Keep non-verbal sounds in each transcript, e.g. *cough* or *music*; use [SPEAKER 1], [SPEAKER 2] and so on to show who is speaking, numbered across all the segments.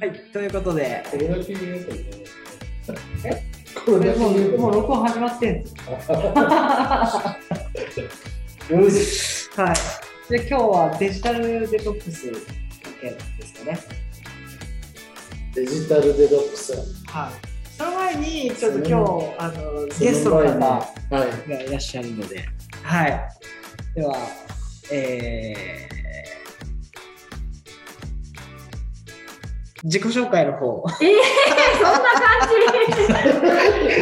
[SPEAKER 1] はい、ということで、
[SPEAKER 2] これだけ言えばいいねこ
[SPEAKER 3] こ
[SPEAKER 2] れ
[SPEAKER 3] れ
[SPEAKER 2] だけ
[SPEAKER 3] も、
[SPEAKER 2] 言えばいいうね
[SPEAKER 3] もう録音始まってんですよ。
[SPEAKER 2] よし
[SPEAKER 3] はい。で、今日はデジタルデトックス件ですかね。
[SPEAKER 2] デジタルデトックス
[SPEAKER 3] はい。その前に、ちょっと今日、あの、ゲスト
[SPEAKER 2] そ
[SPEAKER 3] の
[SPEAKER 2] 前に
[SPEAKER 3] 方
[SPEAKER 2] はい
[SPEAKER 3] がいらっしゃるので、はい。では、えー、自己紹介の方。
[SPEAKER 4] ええそんな感じ。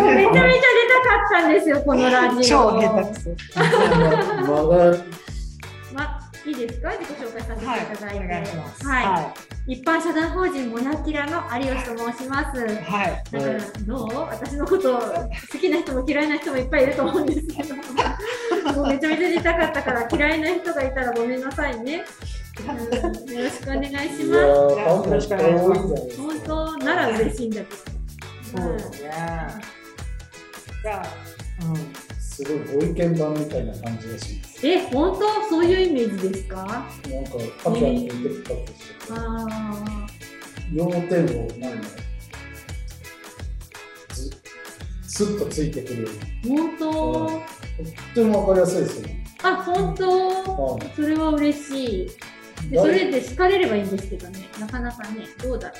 [SPEAKER 4] もうめちゃめちゃ出たかったんですよ、このラジ
[SPEAKER 3] 超
[SPEAKER 4] オ。
[SPEAKER 3] 下手くそ。
[SPEAKER 2] まだ
[SPEAKER 4] まいいですか、自己紹介させていただいて。
[SPEAKER 3] お願いします。
[SPEAKER 4] はい一般社団法人モナキラの有吉と申します。
[SPEAKER 3] い。はい。
[SPEAKER 4] だから、どう私のこと好きな人も嫌いな人もいっぱいいると思うんですけど *laughs* もうめちゃめちゃ出たかったから嫌いな人がいたらごめんなさい *laughs* ね、うんよろしくお願いし
[SPEAKER 2] いや
[SPEAKER 4] ま
[SPEAKER 2] ーファンの人多いんじゃないですす
[SPEAKER 4] 本
[SPEAKER 2] か
[SPEAKER 4] 当なら嬉しいんだけど、うん
[SPEAKER 3] ね。じゃあ、うん。
[SPEAKER 2] すごいご意見番みたいな感じがします
[SPEAKER 4] え本当そういうイメージですか
[SPEAKER 2] なんかパキャンって言ってたとして
[SPEAKER 4] あ
[SPEAKER 2] 要点をなんだろうずスッとついてくる
[SPEAKER 4] ー本当
[SPEAKER 2] とってもわかりやすいですよね
[SPEAKER 4] あ本当
[SPEAKER 2] はい
[SPEAKER 4] それは嬉しいでそれで好かれればいいんですけどねなかなかねどうだろう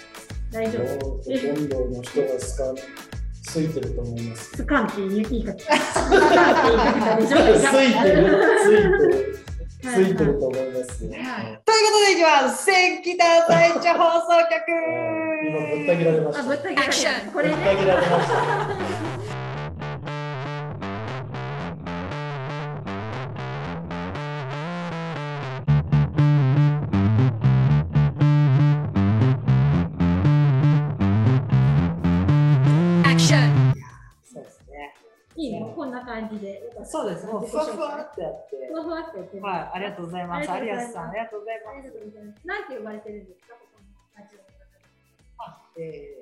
[SPEAKER 4] 大丈夫
[SPEAKER 2] ほとんどの人がつかついてると思います。
[SPEAKER 4] スカンっていう言い方。スカンって
[SPEAKER 2] つ
[SPEAKER 4] 言い方でしょ。
[SPEAKER 2] いてる、ついてる、つ
[SPEAKER 4] はい
[SPEAKER 2] いてると思いますよ。はい
[SPEAKER 3] ということでいきます千北最長放送局
[SPEAKER 2] 今ぶった切られまし
[SPEAKER 4] あ、
[SPEAKER 2] た。
[SPEAKER 4] ぶった切られた。これ
[SPEAKER 2] ぶった
[SPEAKER 4] ね。
[SPEAKER 2] 切られました。
[SPEAKER 3] そうですね
[SPEAKER 4] いいね。こんな感じで。
[SPEAKER 3] そうですもうふわふわってやって
[SPEAKER 4] ふわふわってやってる。
[SPEAKER 3] はいありがとうございます
[SPEAKER 4] あり
[SPEAKER 3] 有
[SPEAKER 4] がとうござ
[SPEAKER 3] 吉
[SPEAKER 4] います
[SPEAKER 3] さんありがとうござい
[SPEAKER 4] あ
[SPEAKER 3] ま
[SPEAKER 4] り
[SPEAKER 3] す
[SPEAKER 4] がとうございます。なんて呼ばれてるんですか、ここのラジオの方
[SPEAKER 3] え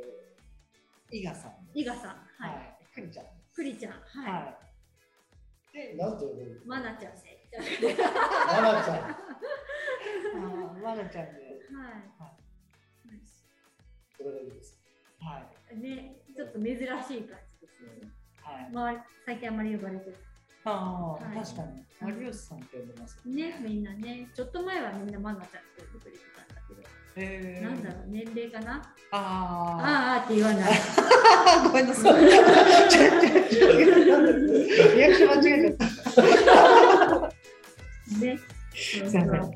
[SPEAKER 3] ー、伊賀さん
[SPEAKER 4] 伊賀さん。はい。
[SPEAKER 3] くりちゃんは
[SPEAKER 4] クリちゃん。はい。
[SPEAKER 3] いで
[SPEAKER 2] なんて呼ぶ
[SPEAKER 4] マナちゃんで。
[SPEAKER 2] マナちゃん。
[SPEAKER 3] あーまなちゃんで
[SPEAKER 4] は。
[SPEAKER 3] はい
[SPEAKER 2] それでいいです。
[SPEAKER 3] はい
[SPEAKER 4] ね、ちょっと珍しい感じですね。
[SPEAKER 3] はい
[SPEAKER 4] まあ、最近あんまり呼ばれて
[SPEAKER 3] あー、
[SPEAKER 4] はい
[SPEAKER 3] 確かに有吉さんって呼んでます
[SPEAKER 4] ない。ね、みんなね、ちょっと前はみんなマナちゃんって呼んでくれてたんだけど、
[SPEAKER 3] えー、
[SPEAKER 4] なんだろう、年齢かな。
[SPEAKER 3] あ
[SPEAKER 4] あーあーって言わない。
[SPEAKER 3] あごめんなさいちょちょちょリアクション間違えちゃった
[SPEAKER 4] ね。そうそう
[SPEAKER 2] *laughs*
[SPEAKER 3] すいません
[SPEAKER 4] はい。
[SPEAKER 3] い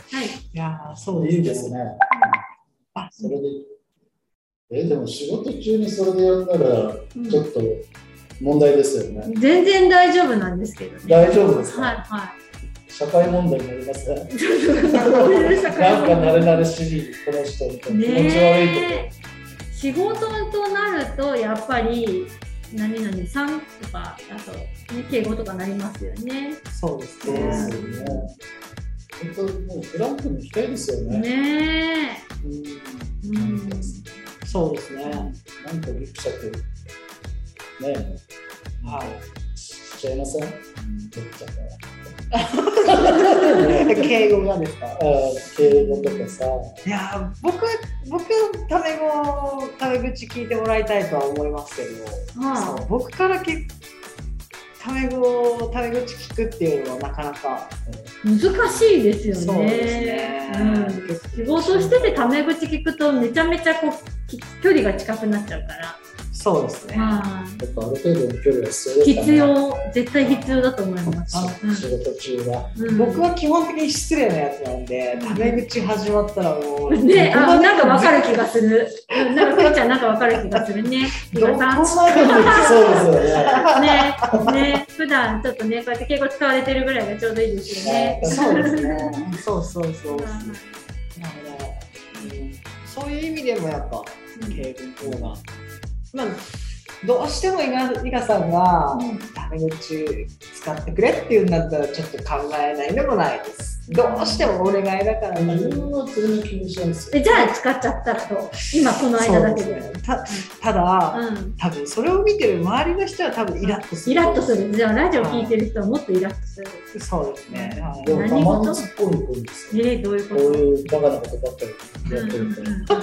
[SPEAKER 3] やーそうです
[SPEAKER 2] いいですね。
[SPEAKER 3] あ
[SPEAKER 2] それで。え、でも仕事中にそれでやったら、
[SPEAKER 4] うん
[SPEAKER 2] ちょっと問題ですよね。
[SPEAKER 4] 全然大丈夫なんですけどね。
[SPEAKER 2] 大丈夫ですか
[SPEAKER 4] はいは
[SPEAKER 2] 社会問題になりますね。
[SPEAKER 4] い。これで社
[SPEAKER 2] なん
[SPEAKER 4] 会
[SPEAKER 2] か慣れ
[SPEAKER 4] 問
[SPEAKER 2] 慣れしい、この人みたいな気
[SPEAKER 4] 題
[SPEAKER 2] 持ち悪いと
[SPEAKER 4] ねえ仕事となるとやっぱり何々さんとかあと、ね、敬語とかなりますよね。
[SPEAKER 3] そうです
[SPEAKER 2] そう
[SPEAKER 3] ね
[SPEAKER 2] ですよね。本当にもうフランクに行きたいですよね。
[SPEAKER 4] ね
[SPEAKER 2] うん
[SPEAKER 4] え。うん。
[SPEAKER 3] そうですね。
[SPEAKER 2] なんかギクシャク。ね
[SPEAKER 3] は
[SPEAKER 2] え、しちゃいません。めっちゃね。
[SPEAKER 3] い。敬語がですか。
[SPEAKER 2] あー敬語とかさ。
[SPEAKER 3] *laughs* いやー、僕、僕、タメ語、タメ口聞いてもらいたいとは思いますけど。
[SPEAKER 4] は
[SPEAKER 3] そう僕からけ。タメ語、タメ口聞くっていうのはなかなか。
[SPEAKER 4] い。難しいですよね。
[SPEAKER 3] そうですね
[SPEAKER 4] うん。仕事しててタメ口聞くとめちゃめちゃこうき距離が近くなっちゃうから。
[SPEAKER 3] そうですね。
[SPEAKER 4] はい。
[SPEAKER 2] やっぱある程度の距離が必要だった
[SPEAKER 4] 必要絶対必要だと思います。
[SPEAKER 2] な仕事中は。
[SPEAKER 4] うんうん
[SPEAKER 3] 僕は基本的に失礼なやつなんで、タメ口始まったらもう。
[SPEAKER 4] ね、あ
[SPEAKER 3] どこまで
[SPEAKER 4] なんかわかる気
[SPEAKER 3] も
[SPEAKER 4] がする。うんなんか、くりちゃん、なんかわかる気がするね。ひがさん。
[SPEAKER 3] ど
[SPEAKER 4] *laughs*
[SPEAKER 3] こまでも
[SPEAKER 2] そうですよね。
[SPEAKER 4] ね、ね、普段ちょっとね、こうやって敬語使われてるぐらいがちょうどいいですよね。
[SPEAKER 3] そうですね。そうそうそう。
[SPEAKER 4] う
[SPEAKER 3] なるほ
[SPEAKER 4] ん
[SPEAKER 3] どうんそういう意味でもやっぱ敬語の方が、まあ、どうしても伊賀伊賀さんが
[SPEAKER 4] うん
[SPEAKER 3] タメ口使ってくれっていうんだったらちょっと考えないでもないです。どうしてもお願いだから
[SPEAKER 2] まあ
[SPEAKER 3] ね
[SPEAKER 2] 自分はそれも気にしないですよ。
[SPEAKER 4] えじゃあ使っちゃったらと今この間だけで
[SPEAKER 3] そうすねたただ、
[SPEAKER 4] うん
[SPEAKER 3] 多分それを見てる周りの人は多分イラッとする
[SPEAKER 4] イラッとするじゃあラジオ聞いてる人はもっとイラッとする
[SPEAKER 3] そうですね、は
[SPEAKER 2] で
[SPEAKER 3] い
[SPEAKER 2] もたまに突っ込んでくるんです
[SPEAKER 4] え
[SPEAKER 2] よ。
[SPEAKER 4] ー、どういうこ
[SPEAKER 2] ことういうバカなことばっかりやってるから。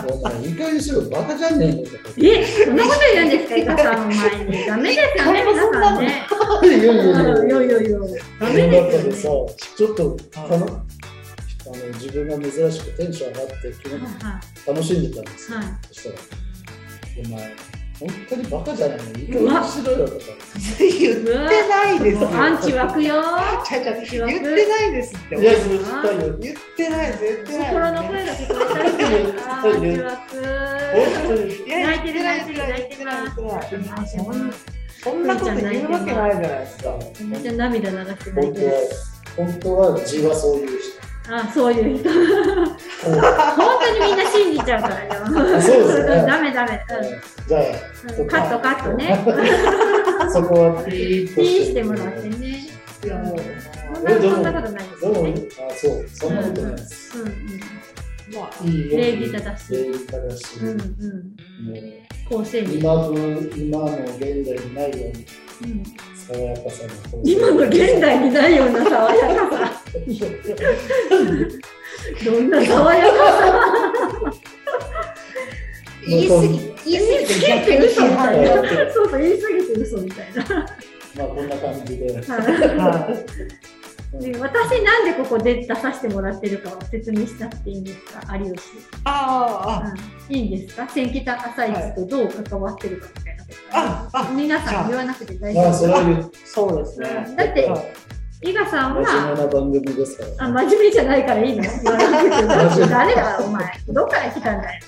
[SPEAKER 4] え
[SPEAKER 2] お前、いい加減にしろ、バカじゃねえのとか。
[SPEAKER 4] そんなこと言うんですかイカさんの前にダメですよね皆さんね
[SPEAKER 2] いやいやいや
[SPEAKER 4] うん
[SPEAKER 2] いや
[SPEAKER 4] いやいやいやダメ
[SPEAKER 2] だったで
[SPEAKER 4] です
[SPEAKER 2] さ、
[SPEAKER 4] よね
[SPEAKER 2] ちょっと、あの、あの自分が珍しくテンション上がって、昨
[SPEAKER 4] はいは
[SPEAKER 2] 日楽しんでたんです
[SPEAKER 4] い
[SPEAKER 2] よ。
[SPEAKER 4] はい
[SPEAKER 2] そしたら、お前、本当にバカじゃないのいい加減にしろよとか。
[SPEAKER 3] 言ってないです
[SPEAKER 4] も
[SPEAKER 3] よ
[SPEAKER 4] うアンチ湧くよ
[SPEAKER 3] ちゃちゃ言ってないですって
[SPEAKER 2] いや、絶対よ。
[SPEAKER 3] 言ってない絶対
[SPEAKER 4] 心の声が聞こえたりとかアンチ湧く
[SPEAKER 2] 本当に。
[SPEAKER 3] いや
[SPEAKER 4] 泣いてる泣いてる
[SPEAKER 3] 言っ
[SPEAKER 4] 泣いてま
[SPEAKER 3] 言ってない
[SPEAKER 4] す
[SPEAKER 3] そんなそんなこと言うわけないじゃないですか
[SPEAKER 4] めっちゃ涙流して泣い
[SPEAKER 2] 本
[SPEAKER 4] て
[SPEAKER 2] 当は
[SPEAKER 4] る、
[SPEAKER 2] 本当は字はそういう人。
[SPEAKER 4] あそういう人
[SPEAKER 2] こう
[SPEAKER 4] 本当にみんな信じちゃうからよ。
[SPEAKER 2] そうですね
[SPEAKER 4] ダメダメ。うん
[SPEAKER 2] じゃ
[SPEAKER 4] うんカットカットね。
[SPEAKER 2] あ、そこはピーッ
[SPEAKER 4] ピ
[SPEAKER 2] と
[SPEAKER 4] ー
[SPEAKER 2] して。
[SPEAKER 4] してもらってね。
[SPEAKER 3] いやもう
[SPEAKER 4] そんな
[SPEAKER 2] えでも
[SPEAKER 4] そんなことないです
[SPEAKER 2] で
[SPEAKER 4] よ
[SPEAKER 2] も、
[SPEAKER 4] ね。
[SPEAKER 2] あ、そう、そんなことないです。
[SPEAKER 4] うんうん。
[SPEAKER 3] まあ
[SPEAKER 2] いいよ。
[SPEAKER 4] 礼儀正しい
[SPEAKER 2] 礼儀正しい。
[SPEAKER 4] うんう。
[SPEAKER 2] もうん
[SPEAKER 4] 構成に。
[SPEAKER 2] 今風、今の現代にないように、
[SPEAKER 4] うん
[SPEAKER 2] 爽やかさの構成。
[SPEAKER 4] 今の現代にないような爽やかさ。どんな爽やかさ。
[SPEAKER 3] 言い過ぎ言い過ぎて逆に
[SPEAKER 4] 嘘みた
[SPEAKER 2] いな
[SPEAKER 4] そうそう言い過ぎて嘘みたいな。
[SPEAKER 2] まあ、こんな感じで。
[SPEAKER 3] はい
[SPEAKER 4] ね私なんでここで出させてもらってるかを説明したっていいんですか有吉。
[SPEAKER 3] あ
[SPEAKER 4] うんいいんですか千北朝市とどう関わってるかみたいなこと。
[SPEAKER 3] あああ
[SPEAKER 4] 皆さん言わなくて大丈
[SPEAKER 2] まあ、
[SPEAKER 4] 夫
[SPEAKER 2] それは言っ
[SPEAKER 3] そうですね
[SPEAKER 4] だって
[SPEAKER 3] はい
[SPEAKER 4] 伊賀さん
[SPEAKER 2] 真面
[SPEAKER 4] は
[SPEAKER 2] 目な番組ですから。
[SPEAKER 4] あ真面目じゃないからいいの言
[SPEAKER 3] *laughs*
[SPEAKER 4] わなくて誰だお前どっから来たんだよ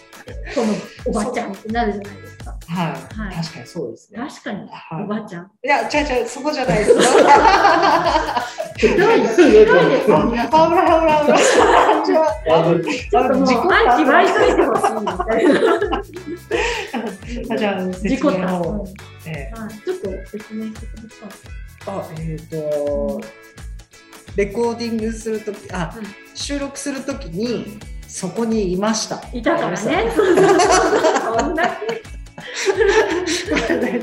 [SPEAKER 4] このおばちゃんってなるじゃないですか
[SPEAKER 3] はい
[SPEAKER 4] はい
[SPEAKER 3] 確かにそうですね
[SPEAKER 4] 確かに
[SPEAKER 3] はい
[SPEAKER 4] おばちゃん
[SPEAKER 3] いやちゃちゃそこじゃないですよ
[SPEAKER 4] ひどいひどいですよ皆さん
[SPEAKER 3] 危ない危ない危ないちょ
[SPEAKER 2] あの
[SPEAKER 4] ちょっともうアンチ湧いといてほしいみたいな
[SPEAKER 3] あじゃあ説
[SPEAKER 4] 事故っ
[SPEAKER 3] 明
[SPEAKER 4] た、
[SPEAKER 3] を
[SPEAKER 4] うん
[SPEAKER 3] え
[SPEAKER 4] あちょっと説明してください
[SPEAKER 3] ーあえっ、とレコーディングするときあ、
[SPEAKER 4] うん
[SPEAKER 3] 収録するときにそこにいました。
[SPEAKER 4] いたからねそんな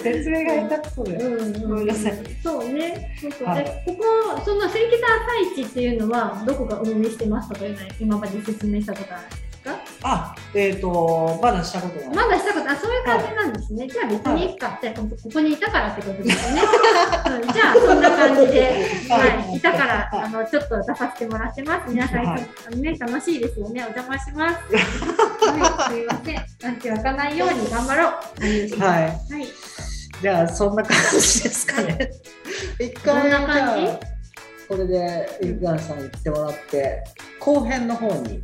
[SPEAKER 3] 説明が下手くそで。
[SPEAKER 4] うんうん
[SPEAKER 3] ごめんなさい。
[SPEAKER 4] そうね。そうそう
[SPEAKER 3] はい
[SPEAKER 4] でここその千北朝市っていうのはどこが運営してますとかいうのは今まで説明したことあるんですか？
[SPEAKER 3] あ、えっ、とまだしたことない。
[SPEAKER 4] まだしたことあそういう感じなんですね。じゃあ別にいいかじゃあこここにいたからってことですね。うんじゃあそんな感じで。はい、いたから、あの、ちょっと出させてもらってます。皆さん、
[SPEAKER 3] はい
[SPEAKER 4] あのね、楽しいですよね。お邪魔し *laughs* ます。はい、すいません。アンチ湧かないように頑張ろう。。
[SPEAKER 3] はいい。
[SPEAKER 4] はい。
[SPEAKER 3] じゃあそんな感じですかね。一回
[SPEAKER 4] どん
[SPEAKER 3] じ
[SPEAKER 4] な
[SPEAKER 3] ゃ
[SPEAKER 4] 感じ
[SPEAKER 3] あこれでゆきさん行ってもらって後編の方に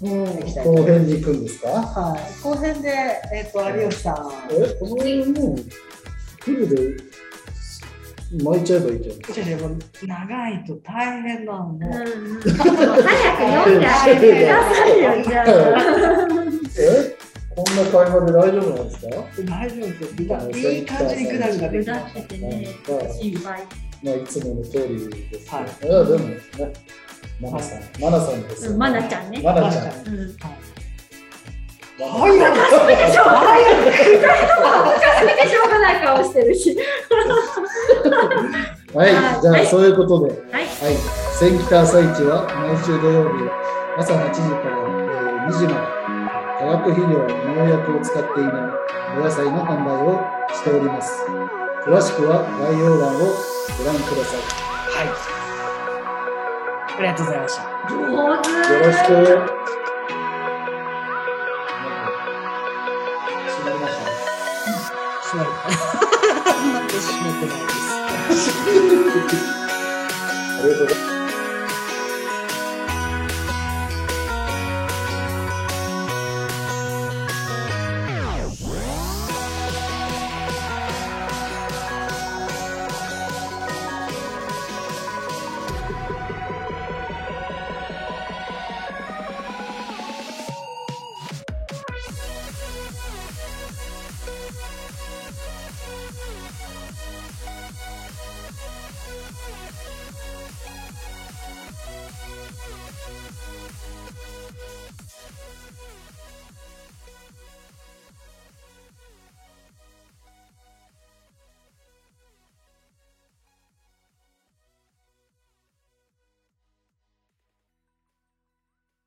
[SPEAKER 3] 行きたいと思いま
[SPEAKER 2] 後
[SPEAKER 3] す。
[SPEAKER 2] 編に行くんですか
[SPEAKER 3] はい。後編でえっ、と有吉さん。
[SPEAKER 2] え、この辺もう、フルで巻いちゃえばいいじゃん。
[SPEAKER 3] いやいやもう長いと大変なのもう。
[SPEAKER 4] うんうん、もう早く読んであげてくださいよ、じゃ
[SPEAKER 2] えこんな会話で大丈夫なんですか
[SPEAKER 3] 大丈夫ですよ。いい感じにグダグダ
[SPEAKER 4] あ。
[SPEAKER 3] で
[SPEAKER 4] 無
[SPEAKER 3] きま
[SPEAKER 4] 駄
[SPEAKER 3] し
[SPEAKER 4] しててね、心配。
[SPEAKER 2] まあ、いつもの通りですけど、
[SPEAKER 3] はい
[SPEAKER 2] い、や、でもね、マナさん、マナさんです
[SPEAKER 4] う
[SPEAKER 2] よ。
[SPEAKER 4] んマナちゃんね
[SPEAKER 2] マ
[SPEAKER 3] た。
[SPEAKER 2] ナちゃん。
[SPEAKER 4] うん、
[SPEAKER 3] 早く
[SPEAKER 4] でしょ見てしょうがない顔してるし。
[SPEAKER 2] はい、
[SPEAKER 4] はい
[SPEAKER 2] じゃあ、
[SPEAKER 4] はい
[SPEAKER 2] そういうことで、
[SPEAKER 4] はい、
[SPEAKER 2] はい、千北朝市は毎週土曜日朝8時からえー2時まで化学肥料、農薬を使っていないお野菜の販売をしております。詳しくは概要欄をご覧ください。
[SPEAKER 3] はい。ありがとうございました。
[SPEAKER 4] 上手。
[SPEAKER 2] よろしく。なんか閉まりましたね。
[SPEAKER 3] しない。 *laughs* なんでしなくないです。
[SPEAKER 2] ありがとうございます。